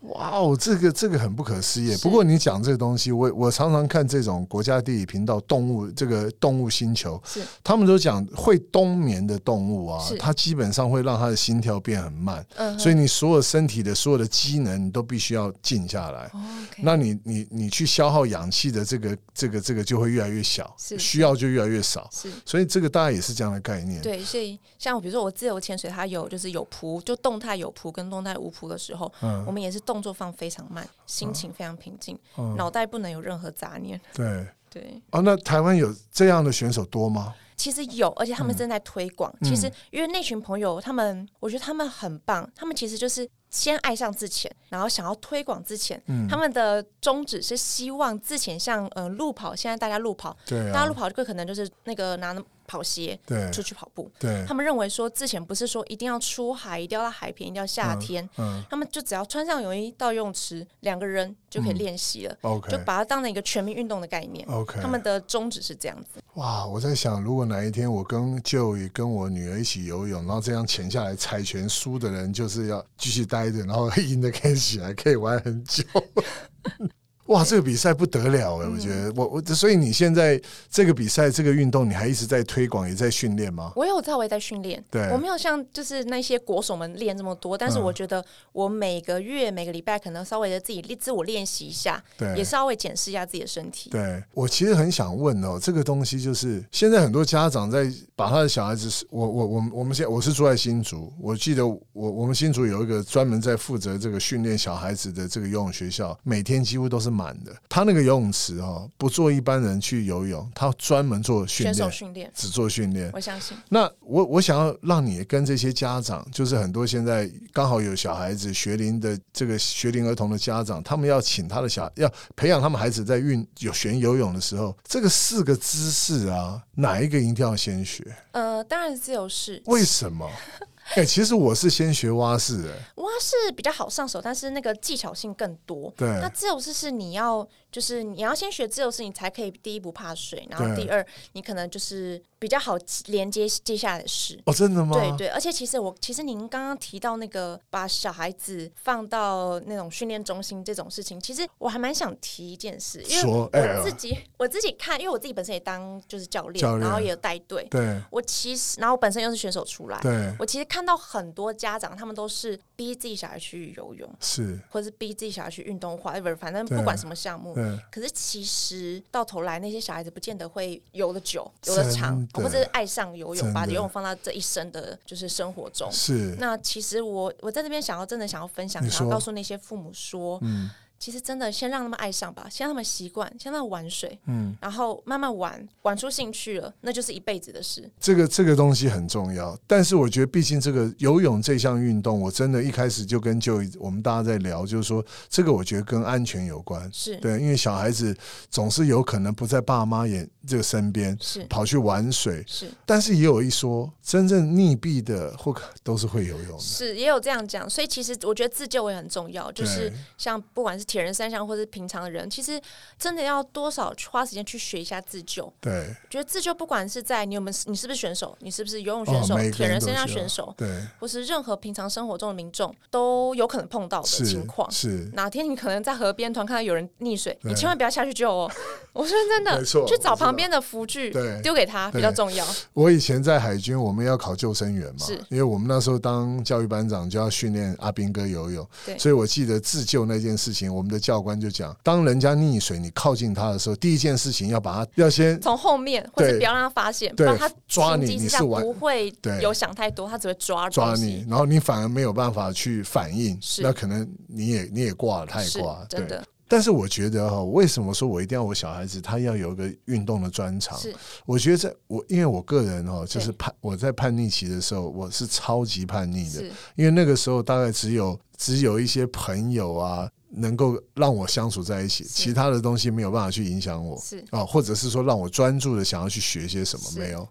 Speaker 1: 哇哦，这个这个很不可思议。
Speaker 2: 是
Speaker 1: 不过你讲这个东西，我我常常看这种国家地理频道动物这个动物星球，
Speaker 2: 是
Speaker 1: 他们都讲会冬眠的动物啊
Speaker 2: 是，
Speaker 1: 它基本上会让它的心跳变很慢，
Speaker 2: 嗯哼
Speaker 1: 所以你所有身体的所有的机能你都必须要静下来。
Speaker 2: 哦，OK，
Speaker 1: 那你你你去消耗氧气的这个这个这个就会越来越小，
Speaker 2: 是
Speaker 1: 需要就越来越少，
Speaker 2: 是。
Speaker 1: 所以这个大概也是这样的概念。
Speaker 2: 对，所以像我比如说我自由潜水，它有就是有扑，就动态有扑跟动态无扑的时候，
Speaker 1: 嗯
Speaker 2: 我们也是动作放非常慢，心情非常平静，
Speaker 1: 嗯
Speaker 2: 脑袋不能有任何杂念。
Speaker 1: 对
Speaker 2: 对，
Speaker 1: 哦，那台湾有这样的选手多吗？
Speaker 2: 其实有，而且他
Speaker 1: 嗯
Speaker 2: 们正在推广。其实因为那群朋友，他们我觉得他们很棒，他们其实就是先爱上自潜，然后想要推广自潜。
Speaker 1: 嗯
Speaker 2: 他们的宗旨是希望自潜像呃路跑，现在大家路跑，
Speaker 1: 对
Speaker 2: 大家
Speaker 1: 啊
Speaker 2: 路，跑就可能就是那个拿那跑鞋
Speaker 1: 对
Speaker 2: 出去跑步。
Speaker 1: 对
Speaker 2: 他，们认为说之前不是说一定要出海，一定要到海边，一定要夏天，
Speaker 1: 嗯
Speaker 2: 他们就只要穿上泳衣到游泳池，两个人就可以练习了，就
Speaker 1: ，OK
Speaker 2: 把它当成一个全民运动的概念。
Speaker 1: OK，
Speaker 2: 他们的宗旨是这样子，
Speaker 1: 哇，我在想，如果哪一天我跟 Joey 跟我女儿一起游泳，然后这样潜下来，猜拳输的人就是要继续待着，然后赢的可以起来，可以玩很久。哇，这个比赛不得了哎！我觉得，我我所以你现在这个比赛这个运动，你还一直在推广，也在训练吗？
Speaker 2: 我有在我也在训练，
Speaker 1: 对
Speaker 2: 我没有像就是那些国手们练这么多，但是
Speaker 1: 嗯
Speaker 2: 我觉得我每个月每个礼拜可能稍微的自己自我练习一下，
Speaker 1: 对
Speaker 2: 也稍微检视一下自己的身体。
Speaker 1: 对我其实很想问哦，这个东西就是现在很多家长在把他的小孩子是，我我我我们现在我是住在新竹，我记得我我们新竹有一个专门在负责这个训练小孩子的这个游泳学校，每天几乎都是满的。他那个游泳池哦，不做一般人去游泳，他专门做训
Speaker 2: 选手
Speaker 1: 练，
Speaker 2: 训练，
Speaker 1: 只做训练。
Speaker 2: 我相信
Speaker 1: 那我我想要让你跟这些家长，就是很多现在刚好有小孩子学龄的这个学龄儿童的家长，他们要请他的小要培养他们孩子在运有学游泳的时候，这个四个姿势啊，哪一个一定要先学？
Speaker 2: 呃，当然是自由式，
Speaker 1: 为什么？哎、其实我是先学蛙式、哎，
Speaker 2: 蛙式比较好上手，但是那个技巧性更多。那
Speaker 1: 对
Speaker 2: 自由式是你要，就是你要先学自由式，你才可以第一不怕水，然后
Speaker 1: 对
Speaker 2: 第二你可能就是比较好连接接下来的事。
Speaker 1: 哦，真的吗？
Speaker 2: 对对，而且其实我其实您刚刚提到那个把小孩子放到那种训练中心这种事情，其实我还蛮想提一件事，因为
Speaker 1: 说，哎、
Speaker 2: 我自己我自己看，因为我自己本身也当就是教练，
Speaker 1: 教练
Speaker 2: 然后也有带队，
Speaker 1: 对
Speaker 2: 我其实然后我本身又是选手出来，
Speaker 1: 对
Speaker 2: 我其实看到很多家长他们都是逼自己小孩去游泳，
Speaker 1: 是，
Speaker 2: 或者是逼自己小孩去运动化，whatever，反正
Speaker 1: 对
Speaker 2: 不管什么项目。
Speaker 1: 对
Speaker 2: 可是其实到头来，那些小孩子不见得会游的久、游的长，
Speaker 1: 真的
Speaker 2: 或者是爱上游
Speaker 1: 真
Speaker 2: 泳，
Speaker 1: 的
Speaker 2: 把游泳放到这一生的就是生活中。
Speaker 1: 是，
Speaker 2: 那其实我我在这边想要真的想要分享
Speaker 1: 你，
Speaker 2: 想
Speaker 1: 说
Speaker 2: 要告诉那些父母说，
Speaker 1: 嗯
Speaker 2: 其实真的先让他们爱上吧，先让他们习惯，先让他们玩水，
Speaker 1: 嗯，
Speaker 2: 然后慢慢玩，玩出兴趣了，那就是一辈子的事。
Speaker 1: 这个这个东西很重要，但是我觉得，毕竟这个游泳这项运动，我真的一开始就跟就我们大家在聊，就是说这个我觉得跟安全有关，
Speaker 2: 是
Speaker 1: 对，因为小孩子总是有可能不在爸妈眼这个身边，
Speaker 2: 是
Speaker 1: 跑去玩水，
Speaker 2: 是
Speaker 1: 但是也有一说，真正溺毙的或都是会游泳的，
Speaker 2: 是，也有这样讲，所以其实我觉得自救也很重要，就是
Speaker 1: 对
Speaker 2: 像不管是铁人三项或是平常的人，其实真的要多少去花时间去学一下自救。
Speaker 1: 对，
Speaker 2: 觉得自救不管是在你有没有你是不是选手，你是不是游泳选
Speaker 1: 哦
Speaker 2: 手、
Speaker 1: 每个
Speaker 2: 铁人
Speaker 1: 人都
Speaker 2: 三项
Speaker 1: 需要
Speaker 2: 选手，
Speaker 1: 对，
Speaker 2: 或是任何平常生活中的民众，都有可能碰到的
Speaker 1: 是
Speaker 2: 情况。
Speaker 1: 是，
Speaker 2: 哪天你可能在河边突然看到有人溺水，
Speaker 1: 对
Speaker 2: 你千万不要下去救哦！ 我说真的，
Speaker 1: 没错
Speaker 2: 去找
Speaker 1: 我知道
Speaker 2: 旁边的浮具
Speaker 1: 对
Speaker 2: 丢给他比
Speaker 1: 对
Speaker 2: 较重要。
Speaker 1: 我以前在海军，我们要考救生员嘛
Speaker 2: 是，
Speaker 1: 因为我们那时候当教育班长就要训练阿兵哥游泳，
Speaker 2: 对
Speaker 1: 所以我记得自救那件事情，我们的教官就讲，当人家溺水，你靠近他的时候，第一件事情要把他要 先
Speaker 2: 从后面，或是
Speaker 1: 对
Speaker 2: 不要让他发现，不
Speaker 1: 对
Speaker 2: 然他
Speaker 1: 抓
Speaker 2: 情
Speaker 1: 你
Speaker 2: 急之
Speaker 1: 你
Speaker 2: 下
Speaker 1: 是完
Speaker 2: 不会
Speaker 1: 对
Speaker 2: 有想太多，他只会抓
Speaker 1: 抓
Speaker 2: 东西
Speaker 1: 你，然后你反而没有办法去反应，
Speaker 2: 是
Speaker 1: 那可能你也你也挂了，他也
Speaker 2: 是
Speaker 1: 挂，
Speaker 2: 真
Speaker 1: 对
Speaker 2: 的。
Speaker 1: 但是我觉得哈、为什么说我一定要我小孩子他要有一个运动的专长？
Speaker 2: 是
Speaker 1: 我觉得在我因为我个人哦，就是
Speaker 2: 对
Speaker 1: 叛我在叛逆期的时候，我是超级叛逆的，
Speaker 2: 是
Speaker 1: 因为那个时候大概只有只有一些朋友啊，能够让我相处在一起，
Speaker 2: 是
Speaker 1: 其他的东西没有办法去影响我
Speaker 2: 是
Speaker 1: 啊，或者是说让我专注的想要去学些什么
Speaker 2: 是
Speaker 1: 没有。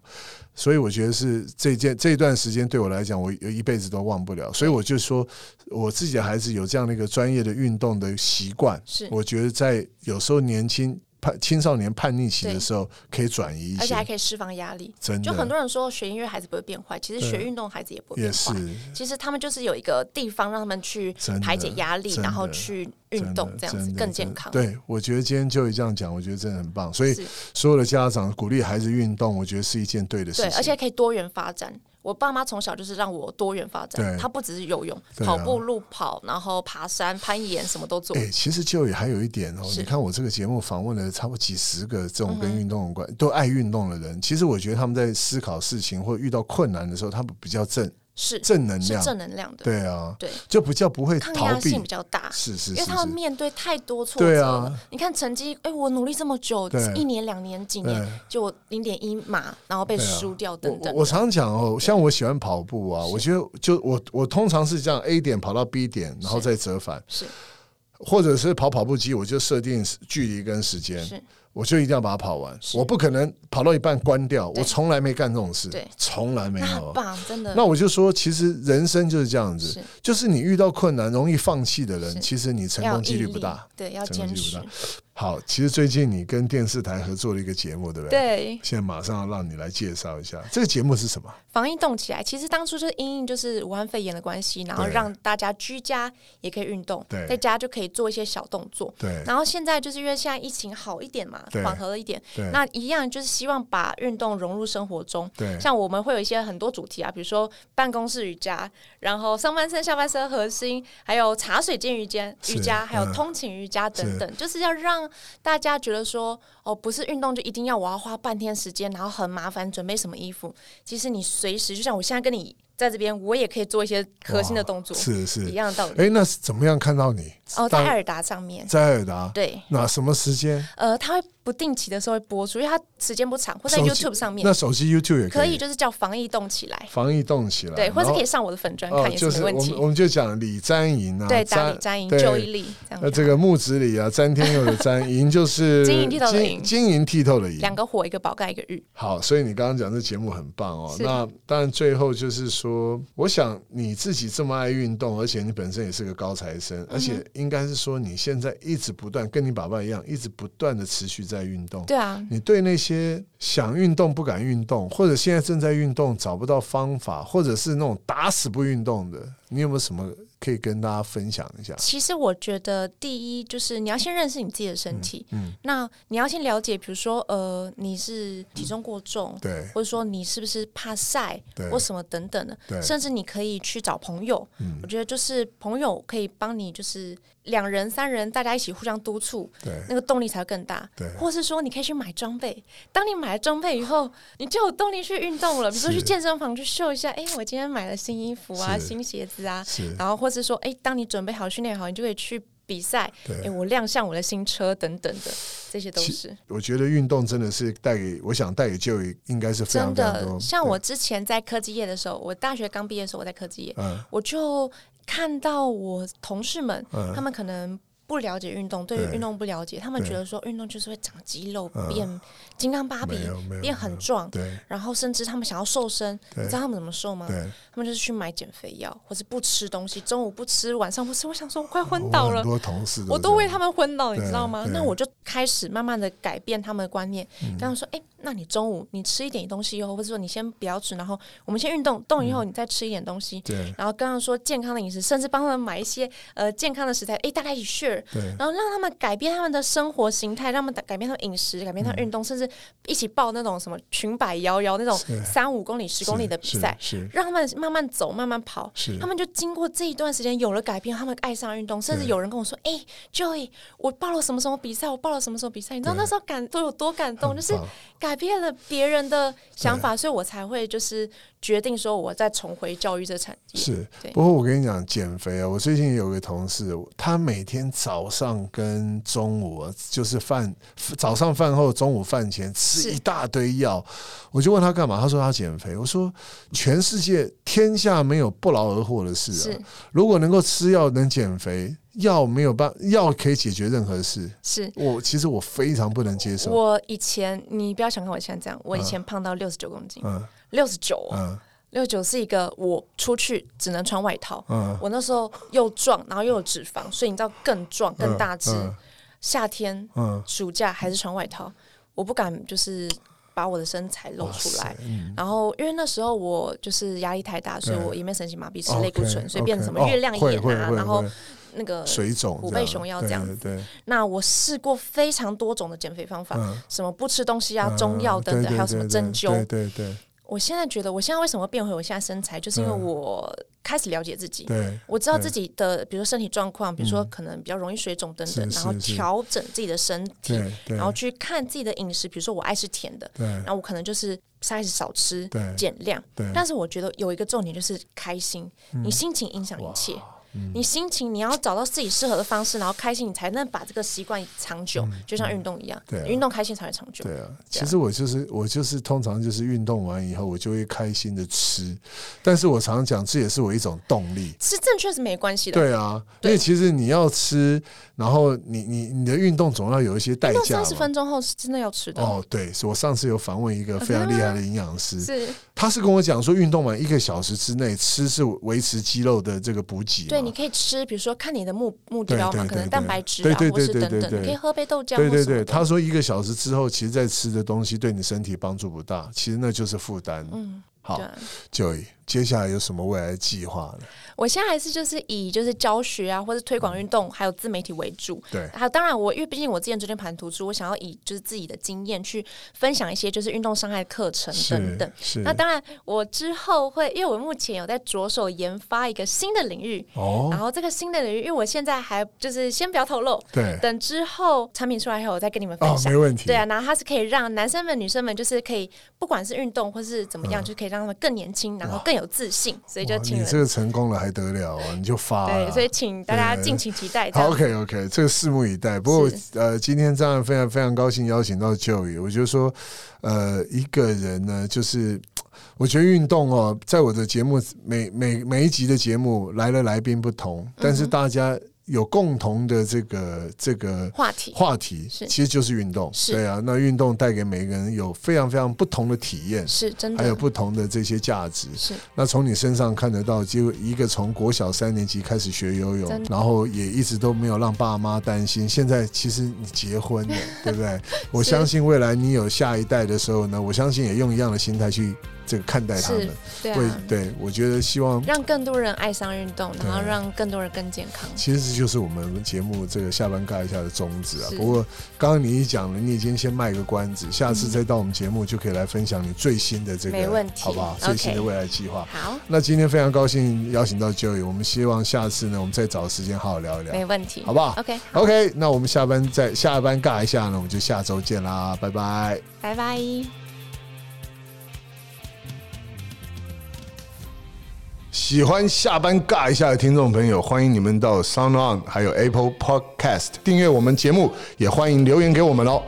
Speaker 1: 所以我觉得是这件这段时间对我来讲，我有一辈子都忘不了。所以我就说，我自己的孩子有这样的一个专业的运动的习惯，
Speaker 2: 是，
Speaker 1: 我觉得在有时候年轻叛青少年叛逆期的
Speaker 2: 对
Speaker 1: 时候，可以转移一
Speaker 2: 而且还
Speaker 1: 些，
Speaker 2: 可以释放压力。
Speaker 1: 真的
Speaker 2: 就很多人说学音乐孩子不会变坏，其实
Speaker 1: 对
Speaker 2: 学运动孩子也不会
Speaker 1: 也
Speaker 2: 变
Speaker 1: 是
Speaker 2: 坏。其实他们就是有一个地方让他们去
Speaker 1: 真的
Speaker 2: 排解压力，
Speaker 1: 真的
Speaker 2: 然后去运动，这样子
Speaker 1: 真的
Speaker 2: 更健康。
Speaker 1: 真的对，我觉得今天就这样讲，我觉得真的很棒。所以
Speaker 2: 是
Speaker 1: 所有的家长鼓励孩子运动，我觉得是一件对的事
Speaker 2: 对
Speaker 1: 情。，
Speaker 2: 而且可以多元发展。我爸妈从小就是让我多元发展，
Speaker 1: 对
Speaker 2: 他不只是游泳、
Speaker 1: 对啊
Speaker 2: 跑步、路跑，然后爬山、攀岩，什么都做
Speaker 1: 哎、。其实就也还有一点哦，
Speaker 2: 是嗯
Speaker 1: 你看我这个节目访问了差不多几十个这种跟运动有关、都爱运动的人，其实我觉得他们在思考事情或遇到困难的时候，他们比较正
Speaker 2: 是
Speaker 1: 正能
Speaker 2: 是
Speaker 1: 量，
Speaker 2: 正能量的，
Speaker 1: 对啊，
Speaker 2: 对
Speaker 1: 就比较不会
Speaker 2: 抗
Speaker 1: 逃
Speaker 2: 压
Speaker 1: 避
Speaker 2: 性比，较大。
Speaker 1: 是是是
Speaker 2: 因为他们
Speaker 1: 是，
Speaker 2: 面对太多挫
Speaker 1: 对
Speaker 2: 折
Speaker 1: 啊
Speaker 2: 了，你看成绩，哎、我努力这么久
Speaker 1: 对，
Speaker 2: 一年、两年、几
Speaker 1: 对
Speaker 2: 年，就零点一码，然后被
Speaker 1: 对啊
Speaker 2: 输掉
Speaker 1: 我
Speaker 2: 等
Speaker 1: 我
Speaker 2: 等。
Speaker 1: 我常讲哦，像我喜欢跑步啊，我觉得就我我通常是这样 A 点跑到 B 点，然后再折返，
Speaker 2: 是
Speaker 1: 或者是跑跑步机，我就设定距离跟时间，
Speaker 2: 是
Speaker 1: 我就一定要把它跑完，
Speaker 2: 是
Speaker 1: 我不可能跑到一半关掉，我
Speaker 2: 对
Speaker 1: 从来没干这种事
Speaker 2: 对，
Speaker 1: 从来没
Speaker 2: 那
Speaker 1: 有
Speaker 2: 很。棒，真的。
Speaker 1: 那我就说，其实人生就是这样子
Speaker 2: 是，
Speaker 1: 就是你遇到困难、容易放弃的
Speaker 2: 是
Speaker 1: 人，其实你成
Speaker 2: 要有
Speaker 1: 功几率
Speaker 2: 毅
Speaker 1: 不
Speaker 2: 力
Speaker 1: 大。，
Speaker 2: 对，要
Speaker 1: 成功
Speaker 2: 坚
Speaker 1: 几率
Speaker 2: 持
Speaker 1: 不，大。好，其实最近你跟电视台合作了一个节目，对不对？。
Speaker 2: 对，
Speaker 1: 现在马上要让你来介绍一下这个节目是什么？
Speaker 2: 防疫动起来。其实当初就是因应就是武汉肺炎的关系，然后
Speaker 1: 对
Speaker 2: 让大家居家也可以运动
Speaker 1: 对，
Speaker 2: 在家就可以做一些小动作。
Speaker 1: 对
Speaker 2: 然后现在就是因为现在疫情好一点嘛
Speaker 1: 对，
Speaker 2: 缓和了一点，
Speaker 1: 对
Speaker 2: 那一样就是希望把运动融入生活中。
Speaker 1: 对
Speaker 2: 像我们会有一些很多主题啊，比如说办公室瑜伽，然后上半身、下半身核心，还有茶水间瑜伽、
Speaker 1: 是
Speaker 2: 瑜伽，还有
Speaker 1: 嗯
Speaker 2: 通勤瑜伽等等，就是要让大家觉得说，哦，不是运动就一定要我要花半天时间，然后很麻烦准备什么衣服。其实你随时，就像我现在跟你在这边，我也可以做一些核心的动作
Speaker 1: 哇，是
Speaker 2: 一
Speaker 1: 是。
Speaker 2: 样的道理。
Speaker 1: 哎，那是怎么样看到你？
Speaker 2: 哦，在
Speaker 1: 当
Speaker 2: 艾尔达上面，
Speaker 1: 在艾尔达，
Speaker 2: 对，
Speaker 1: 那什么时间？
Speaker 2: 呃，它会不定期的时候会播出，因为它时间不长，会在
Speaker 1: 手机
Speaker 2: YouTube 上面
Speaker 1: 那手机 YouTube 也
Speaker 2: 可
Speaker 1: 以
Speaker 2: 以，，就是叫防疫动起来，
Speaker 1: 防疫动起来，
Speaker 2: 对，或是
Speaker 1: 然后
Speaker 2: 可以上我的粉砖
Speaker 1: 哦，
Speaker 2: 看也
Speaker 1: 就是
Speaker 2: 没
Speaker 1: 是
Speaker 2: 问
Speaker 1: 我
Speaker 2: 题
Speaker 1: 们。我们就讲李占银啊，
Speaker 2: 对，打理扎营、
Speaker 1: 对
Speaker 2: 就医力这
Speaker 1: 那
Speaker 2: 样
Speaker 1: 这
Speaker 2: 子，
Speaker 1: 个木子李啊，詹天佑的詹，银 就是
Speaker 2: 晶莹剔透的
Speaker 1: 晶
Speaker 2: 莹
Speaker 1: 晶莹剔透的银。
Speaker 2: 两个火一个宝盖一个玉，
Speaker 1: 好，所以你刚刚讲这节目很棒哦。
Speaker 2: 是
Speaker 1: 那当然，最后就是说，我想你自己这么爱运动，而且你本身也是个高材
Speaker 2: 嗯
Speaker 1: 生，而且应该是说你现在一直不断，跟你爸爸一样，一直不断的持续在运动。
Speaker 2: 对啊，
Speaker 1: 你对那些想运动不敢运动，或者现在正在运动找不到方法，或者是那种打死不运动的，你有没有什么可以跟大家分享一下？
Speaker 2: 其实我觉得，第一就是你要先认识你自己的身体，
Speaker 1: 嗯，
Speaker 2: 那你要先了解，比如说，呃，你是体重过重，
Speaker 1: 对
Speaker 2: 或者说你是不是怕晒
Speaker 1: 对
Speaker 2: 或什么等等的，
Speaker 1: 对嗯
Speaker 2: 甚至你可以去找朋友。我觉得就是朋友可以帮你，就是两人、三人大家一起互相督促，
Speaker 1: 对
Speaker 2: 那个动力才会更大。
Speaker 1: 对
Speaker 2: 或是说你可以去买装备，当你买了装备以后，你就有动力去运动了。比如说
Speaker 1: 是
Speaker 2: 去健身房去秀一下，哎、我今天买了新衣服啊、
Speaker 1: 是
Speaker 2: 新鞋子啊，
Speaker 1: 是，
Speaker 2: 然后或是说，哎、当你准备好、训练好，你就可以去比赛。哎、
Speaker 1: 对。
Speaker 2: 我亮相我的新车等等的，这些都
Speaker 1: 其
Speaker 2: 是。
Speaker 1: 我觉得运动真的是带给，我想带给就业应该是非常
Speaker 2: 真
Speaker 1: 非常多。
Speaker 2: 的，像我之前在科技业的时候，我大学刚毕业的时候，我在科技业，
Speaker 1: 嗯，
Speaker 2: 我就看到我同事们，
Speaker 1: 嗯
Speaker 2: 他们可能不了解运动，对
Speaker 1: 对
Speaker 2: 于运动不了解，他们
Speaker 1: 对
Speaker 2: 觉得说运动就是会长肌肉
Speaker 1: 嗯，
Speaker 2: 变金刚芭比
Speaker 1: 没有没有，
Speaker 2: 变很壮。
Speaker 1: 对
Speaker 2: 然后甚至他们想要瘦身，
Speaker 1: 对
Speaker 2: 你知道他们怎么瘦吗？
Speaker 1: 对，
Speaker 2: 他们就是去买减肥药，或是不吃东西，中午不吃，晚上不吃。我想说，我快
Speaker 1: 我
Speaker 2: 昏倒
Speaker 1: 很
Speaker 2: 了，
Speaker 1: 多同事
Speaker 2: 我
Speaker 1: 都
Speaker 2: 都
Speaker 1: 这
Speaker 2: 为
Speaker 1: 样
Speaker 2: 他们昏倒，你
Speaker 1: 对
Speaker 2: 知道吗？
Speaker 1: 对啊嗯
Speaker 2: 那我就开始慢慢的改变他们的观念，跟他们说：“哎、那你中午你吃一点东西哦以后，或者说你先不要吃，然后我们先运动，动以后你再吃一点东西。
Speaker 1: 嗯对
Speaker 2: 然后跟他们说健康的饮食，甚至帮他们买一些呃健康的食材，哎，大家一起 share，
Speaker 1: 对
Speaker 2: 然后让他们改变他们的生活形态，让他们改变他们饮食，改变他们运动，甚至一起报那种什么裙摆摇摇那种
Speaker 1: 嗯是
Speaker 2: 三五公里、十公里的比赛，
Speaker 1: 是
Speaker 2: 让他们慢慢走、慢慢跑。
Speaker 1: 是
Speaker 2: 他们就经过这一段时间有了改变，他们爱上运动，甚至有人跟我说：“哎、j o y 我报了什么什么比赛，我报了什么什么比赛。”你知道
Speaker 1: 对
Speaker 2: 那时候感都有多感动，
Speaker 1: 很
Speaker 2: 就是
Speaker 1: 棒
Speaker 2: 改变了别人的想法，所以我才会就是决定说我再重回教育这产业。
Speaker 1: 是
Speaker 2: 对
Speaker 1: 不过我跟你讲，减肥啊，我最近有个同事，他每天早上跟中午啊，就是饭早上饭后、中午饭前吃
Speaker 2: 是
Speaker 1: 一大堆药，我就问他干嘛，他说他减肥。我说全世界天下没有不劳而获的事啊
Speaker 2: 是，
Speaker 1: 如果能够吃药能减肥，药没有办药可以解决任何事。
Speaker 2: 是
Speaker 1: 我其实我非常不能接受。
Speaker 2: 我以前，你不要想看我现在这样，我以前胖到六十九公斤，
Speaker 1: 嗯
Speaker 2: 六十九，哦
Speaker 1: 嗯
Speaker 2: 六十九是一个我出去只能穿外套，
Speaker 1: 嗯
Speaker 2: 我那时候又壮，然后又有脂肪，所以你知道更壮更大只。
Speaker 1: 嗯
Speaker 2: 夏天、
Speaker 1: 嗯，
Speaker 2: 暑假还是穿外套，我不敢就是把我的身材露
Speaker 1: 哇
Speaker 2: 出来
Speaker 1: 塞。嗯
Speaker 2: 然后因为那时候我就是压力太大，所以我颜面神经麻痹，吃类固醇，
Speaker 1: OK，
Speaker 2: 所以变成什
Speaker 1: OK，嗯哦
Speaker 2: 么月亮
Speaker 1: 会
Speaker 2: 眼
Speaker 1: 会
Speaker 2: 啊，
Speaker 1: 会
Speaker 2: 然后
Speaker 1: 会
Speaker 2: 那个
Speaker 1: 水肿这样，
Speaker 2: 虎背熊腰这样
Speaker 1: 对对，对
Speaker 2: 那我试过非常多种的减肥方法，
Speaker 1: 嗯
Speaker 2: 什么不吃东西啊、
Speaker 1: 嗯
Speaker 2: 中药等
Speaker 1: 对
Speaker 2: 等，
Speaker 1: 对
Speaker 2: 还有什么
Speaker 1: 对对
Speaker 2: 针灸。
Speaker 1: 对对
Speaker 2: 我现在觉得，我现在为什么变回我现在身材，就是因为
Speaker 1: 嗯
Speaker 2: 我开始了解自己。
Speaker 1: 对
Speaker 2: 我知道
Speaker 1: 对嗯
Speaker 2: 自己的，比如说身体状况，比如说可能比较容易水肿等等，
Speaker 1: 是
Speaker 2: 然后
Speaker 1: 是是
Speaker 2: 调整自己的身体，
Speaker 1: 对对，
Speaker 2: 然后去看自己的饮食，比如说我爱吃甜的，
Speaker 1: 对
Speaker 2: 然后我可能就是开始少吃
Speaker 1: 对，
Speaker 2: 减量。
Speaker 1: 对，嗯
Speaker 2: 但是我觉得有一个重点就是开心，你心情影响一切。你心情，你要找到自己适合的方式，然后开心，你才能把这个习惯长久。就像运动一样，
Speaker 1: 嗯对啊
Speaker 2: 运动开心才会长久。
Speaker 1: 对啊，其实我就是我就是通常就是运动完以后，我就会开心的吃，但是我常常讲，这也是我一种动力。
Speaker 2: 吃正确是没关系的，
Speaker 1: 对啊，因
Speaker 2: 对
Speaker 1: 为其实你要吃，然后你你你的运动总要有一些代
Speaker 2: 运动
Speaker 1: 价
Speaker 2: 三十
Speaker 1: 嘛。
Speaker 2: 分钟后是真的要吃的，
Speaker 1: 哦，对，是我上次有访问一个非常厉害的营养师，
Speaker 2: 是
Speaker 1: 他是跟我讲说，运动完一个小时之内吃是维持肌肉的这个补给嘛。
Speaker 2: 对，你可以吃，比如说看你的目目标
Speaker 1: 对
Speaker 2: 嘛，
Speaker 1: 对
Speaker 2: 可能
Speaker 1: 对
Speaker 2: 蛋白质
Speaker 1: 对
Speaker 2: 啊，
Speaker 1: 对
Speaker 2: 或是
Speaker 1: 对对
Speaker 2: 等
Speaker 1: 对
Speaker 2: 等，
Speaker 1: 对
Speaker 2: 你可以喝杯豆浆，
Speaker 1: 对
Speaker 2: 或
Speaker 1: 对
Speaker 2: 什么
Speaker 1: 对，
Speaker 2: 的
Speaker 1: 他说一个小时之后，其实在吃的东西对你身体帮助不大，其实那就是负担。
Speaker 2: 嗯，
Speaker 1: 好
Speaker 2: 对啊
Speaker 1: ，Joy，接下来有什么未来计划呢？
Speaker 2: 我现在还是就是以就是教学啊，或者推广运动，还有自媒体为
Speaker 1: 嗯
Speaker 2: 主。
Speaker 1: 对
Speaker 2: 还有当然我因为毕竟我之前椎间盘突出，我想要以就是自己的经验去分享一些就是运动伤害课程嗯等等。
Speaker 1: 是
Speaker 2: 那当然，我之后会，因为我目前有在着手研发一个新的领域，
Speaker 1: 哦
Speaker 2: 然，后这个新的领域，因为我现在还就是先不要透露，
Speaker 1: 对，
Speaker 2: 等之后产品出来以后，我再跟你们分
Speaker 1: 哦，
Speaker 2: 享
Speaker 1: 没。问题，
Speaker 2: 对啊，然后它是可以让男生们、女生们，就是可以不管是运动或是怎么样，就可以让他们更年轻，然后更有自信。所以就
Speaker 1: 嗯哇
Speaker 2: 请
Speaker 1: 你
Speaker 2: 们
Speaker 1: 这个成功了还得了啊？你就发了
Speaker 2: 对，
Speaker 1: 啊，
Speaker 2: 所以请大家敬请期待。这
Speaker 1: 好
Speaker 2: 样
Speaker 1: ，OK OK，这个拭目以待。不过呃，今天这样非常非常高兴邀请到 Joey，我就说呃，一个人呢，就是我觉得运动哦，在我的节目每每每一集的节目来了来宾不同，
Speaker 2: 嗯
Speaker 1: 但是大家有共同的这个这个
Speaker 2: 话题
Speaker 1: 话题，
Speaker 2: 是
Speaker 1: 其实就是运动。
Speaker 2: 是
Speaker 1: 对啊，那运动带给每个人有非常非常不同的体验。
Speaker 2: 是真
Speaker 1: 还有
Speaker 2: 的，
Speaker 1: 不同的这些价值，
Speaker 2: 是
Speaker 1: 那从你身上看得到，就一个从国小三年级开始学游泳
Speaker 2: 真，
Speaker 1: 然后也一直都没有让爸妈担心。现在其实你结婚 了，对不对？我相信未来你有下一代的时候呢，我相信也用一样的心态去这个看待他们
Speaker 2: 是。，对
Speaker 1: 为
Speaker 2: 啊，
Speaker 1: 对，我觉得希望
Speaker 2: 让更多人爱上运动，然后
Speaker 1: 对
Speaker 2: 让更多人更健康。
Speaker 1: 其实就是我们节目这个下班尬一下的宗旨啊。
Speaker 2: 是
Speaker 1: 不过刚刚你一讲了，你已经先卖个关子，下次再到我们节目就可以来分享你最新的这个，
Speaker 2: 嗯没问题
Speaker 1: 好不好？
Speaker 2: OK
Speaker 1: 最新的未来计划。
Speaker 2: 好，
Speaker 1: 那今天非常高兴邀请到 Joey，我们希望下次呢，我们再找时间好好聊一聊，
Speaker 2: 没问题，
Speaker 1: 好不好
Speaker 2: OK，
Speaker 1: ？OK，那我们下班再下班尬一下呢，我们就下周见啦，拜拜。
Speaker 2: 拜拜。
Speaker 1: 喜欢下班尬一下的听众朋友，欢迎你们到 Sound On 还有 Apple Podcast 订阅我们节目，也欢迎留言给我们哦。